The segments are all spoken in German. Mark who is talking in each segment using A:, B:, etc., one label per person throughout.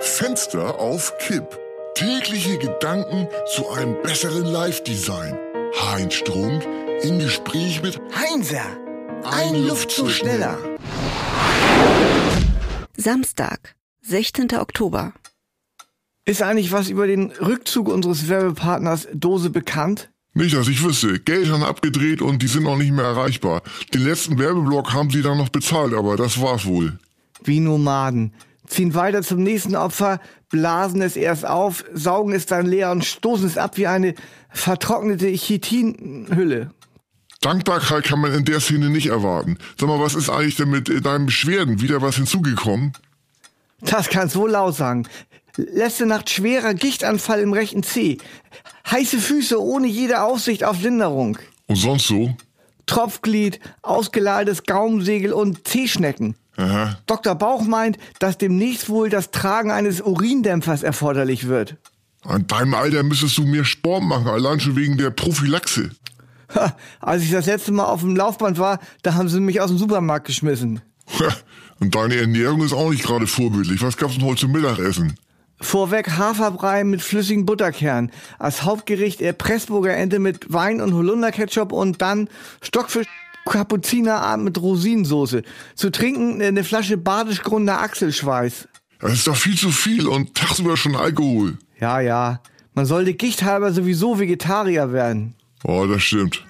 A: Fenster auf Kipp. Tägliche Gedanken zu einem besseren Live-Design. Heinz Strunk im Gespräch mit
B: Heinzer,
A: Ein Luftzug schneller.
C: Samstag, 16. Oktober.
B: Ist eigentlich was über den Rückzug unseres Werbepartners Dose bekannt?
A: Nicht, dass ich wüsste. Geld haben abgedreht und die sind auch nicht mehr erreichbar. Den letzten Werbeblock haben sie dann noch bezahlt, aber das war's wohl.
B: Wie Nomaden. Ziehen weiter zum nächsten Opfer, blasen es erst auf, saugen es dann leer und stoßen es ab wie eine vertrocknete Chitinhülle.
A: Dankbarkeit kann man in der Szene nicht erwarten. Sag mal, was ist eigentlich denn mit äh, deinen Beschwerden? Wieder was hinzugekommen?
B: Das kann's wohl laut sagen. Letzte Nacht schwerer Gichtanfall im rechten Zeh. Heiße Füße ohne jede Aussicht auf Linderung.
A: Und sonst so?
B: Tropfglied, ausgeladetes Gaumensegel und Zehschnecken.
A: Aha.
B: Dr. Bauch meint, dass demnächst wohl das Tragen eines Urindämpfers erforderlich wird.
A: An deinem Alter müsstest du mehr Sport machen, allein schon wegen der Prophylaxe.
B: Ha, als ich das letzte Mal auf dem Laufband war, da haben sie mich aus dem Supermarkt geschmissen.
A: Und deine Ernährung ist auch nicht gerade vorbildlich. Was gab's denn heute zum Mittagessen?
B: Vorweg Haferbrei mit flüssigem Butterkern. Als Hauptgericht äh, Pressburger Ente mit Wein und Holunderketchup und dann Stockfisch Kapuzinerart mit Rosinensoße. Zu trinken äh, eine Flasche Badischgrunder Achselschweiß.
A: Das ist doch viel zu viel und tagsüber schon Alkohol.
B: Ja, ja. Man sollte gichthalber sowieso Vegetarier werden.
A: Oh, das stimmt.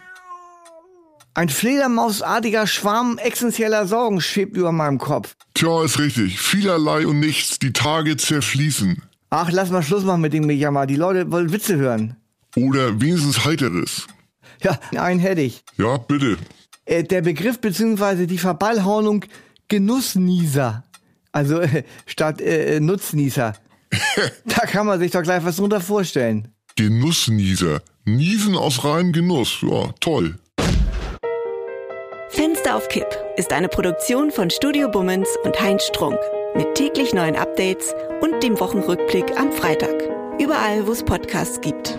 B: Ein fledermausartiger Schwarm existenzieller Sorgen schwebt über meinem Kopf.
A: Tja, ist richtig. Vielerlei und nichts. Die Tage zerfließen.
B: Ach, lass mal Schluss machen mit dem Gejammer. Die Leute wollen Witze hören.
A: Oder wenigstens heiteres.
B: Ja, einen hätte ich.
A: Ja, bitte.
B: Äh, der Begriff bzw. die Verballhornung Genussnießer. Also äh, statt äh, äh, Nutznießer. da kann man sich doch gleich was drunter vorstellen.
A: Genussnieser. Niesen aus reinem Genuss. Ja, toll.
C: Fenster auf Kipp ist eine Produktion von Studio Bummens und Heinz Strunk. Mit täglich neuen Updates und dem Wochenrückblick am Freitag. Überall, wo es Podcasts gibt.